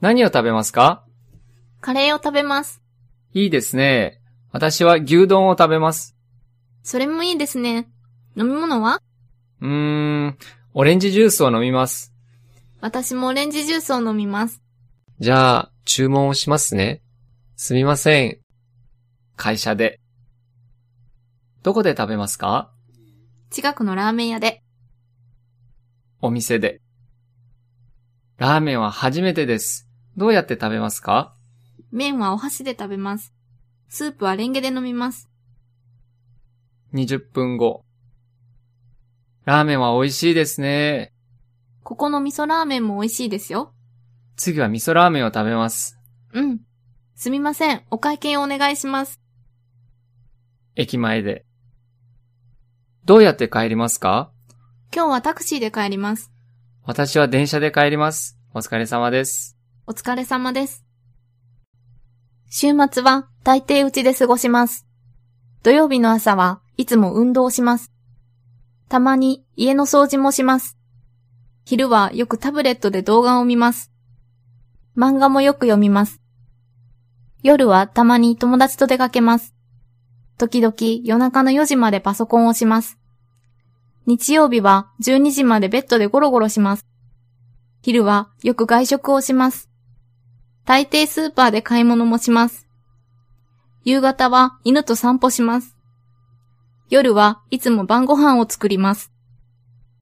何を食べますかカレーを食べます。いいですね。私は牛丼を食べます。それもいいですね。飲み物はうーん、オレンジジュースを飲みます。私もオレンジジュースを飲みます。じゃあ、注文をしますね。すみません。会社で。どこで食べますか近くのラーメン屋で。お店で。ラーメンは初めてです。どうやって食べますか麺はお箸で食べます。スープはレンゲで飲みます。 ?20 分後。ラーメンは美味しいですね。ここの味噌ラーメンも美味しいですよ。次は味噌ラーメンを食べます。うん。すみません。お会計をお願いします。駅前で。どうやって帰りますか今日はタクシーで帰ります。私は電車で帰ります。お疲れ様です。お疲れ様です。週末は大抵うちで過ごします。土曜日の朝はいつも運動をします。たまに家の掃除もします。昼はよくタブレットで動画を見ます。漫画もよく読みます。夜はたまに友達と出かけます。時々夜中の4時までパソコンをします。日曜日は12時までベッドでゴロゴロします。昼はよく外食をします。大抵スーパーで買い物もします。夕方は犬と散歩します。夜はいつも晩ご飯を作ります。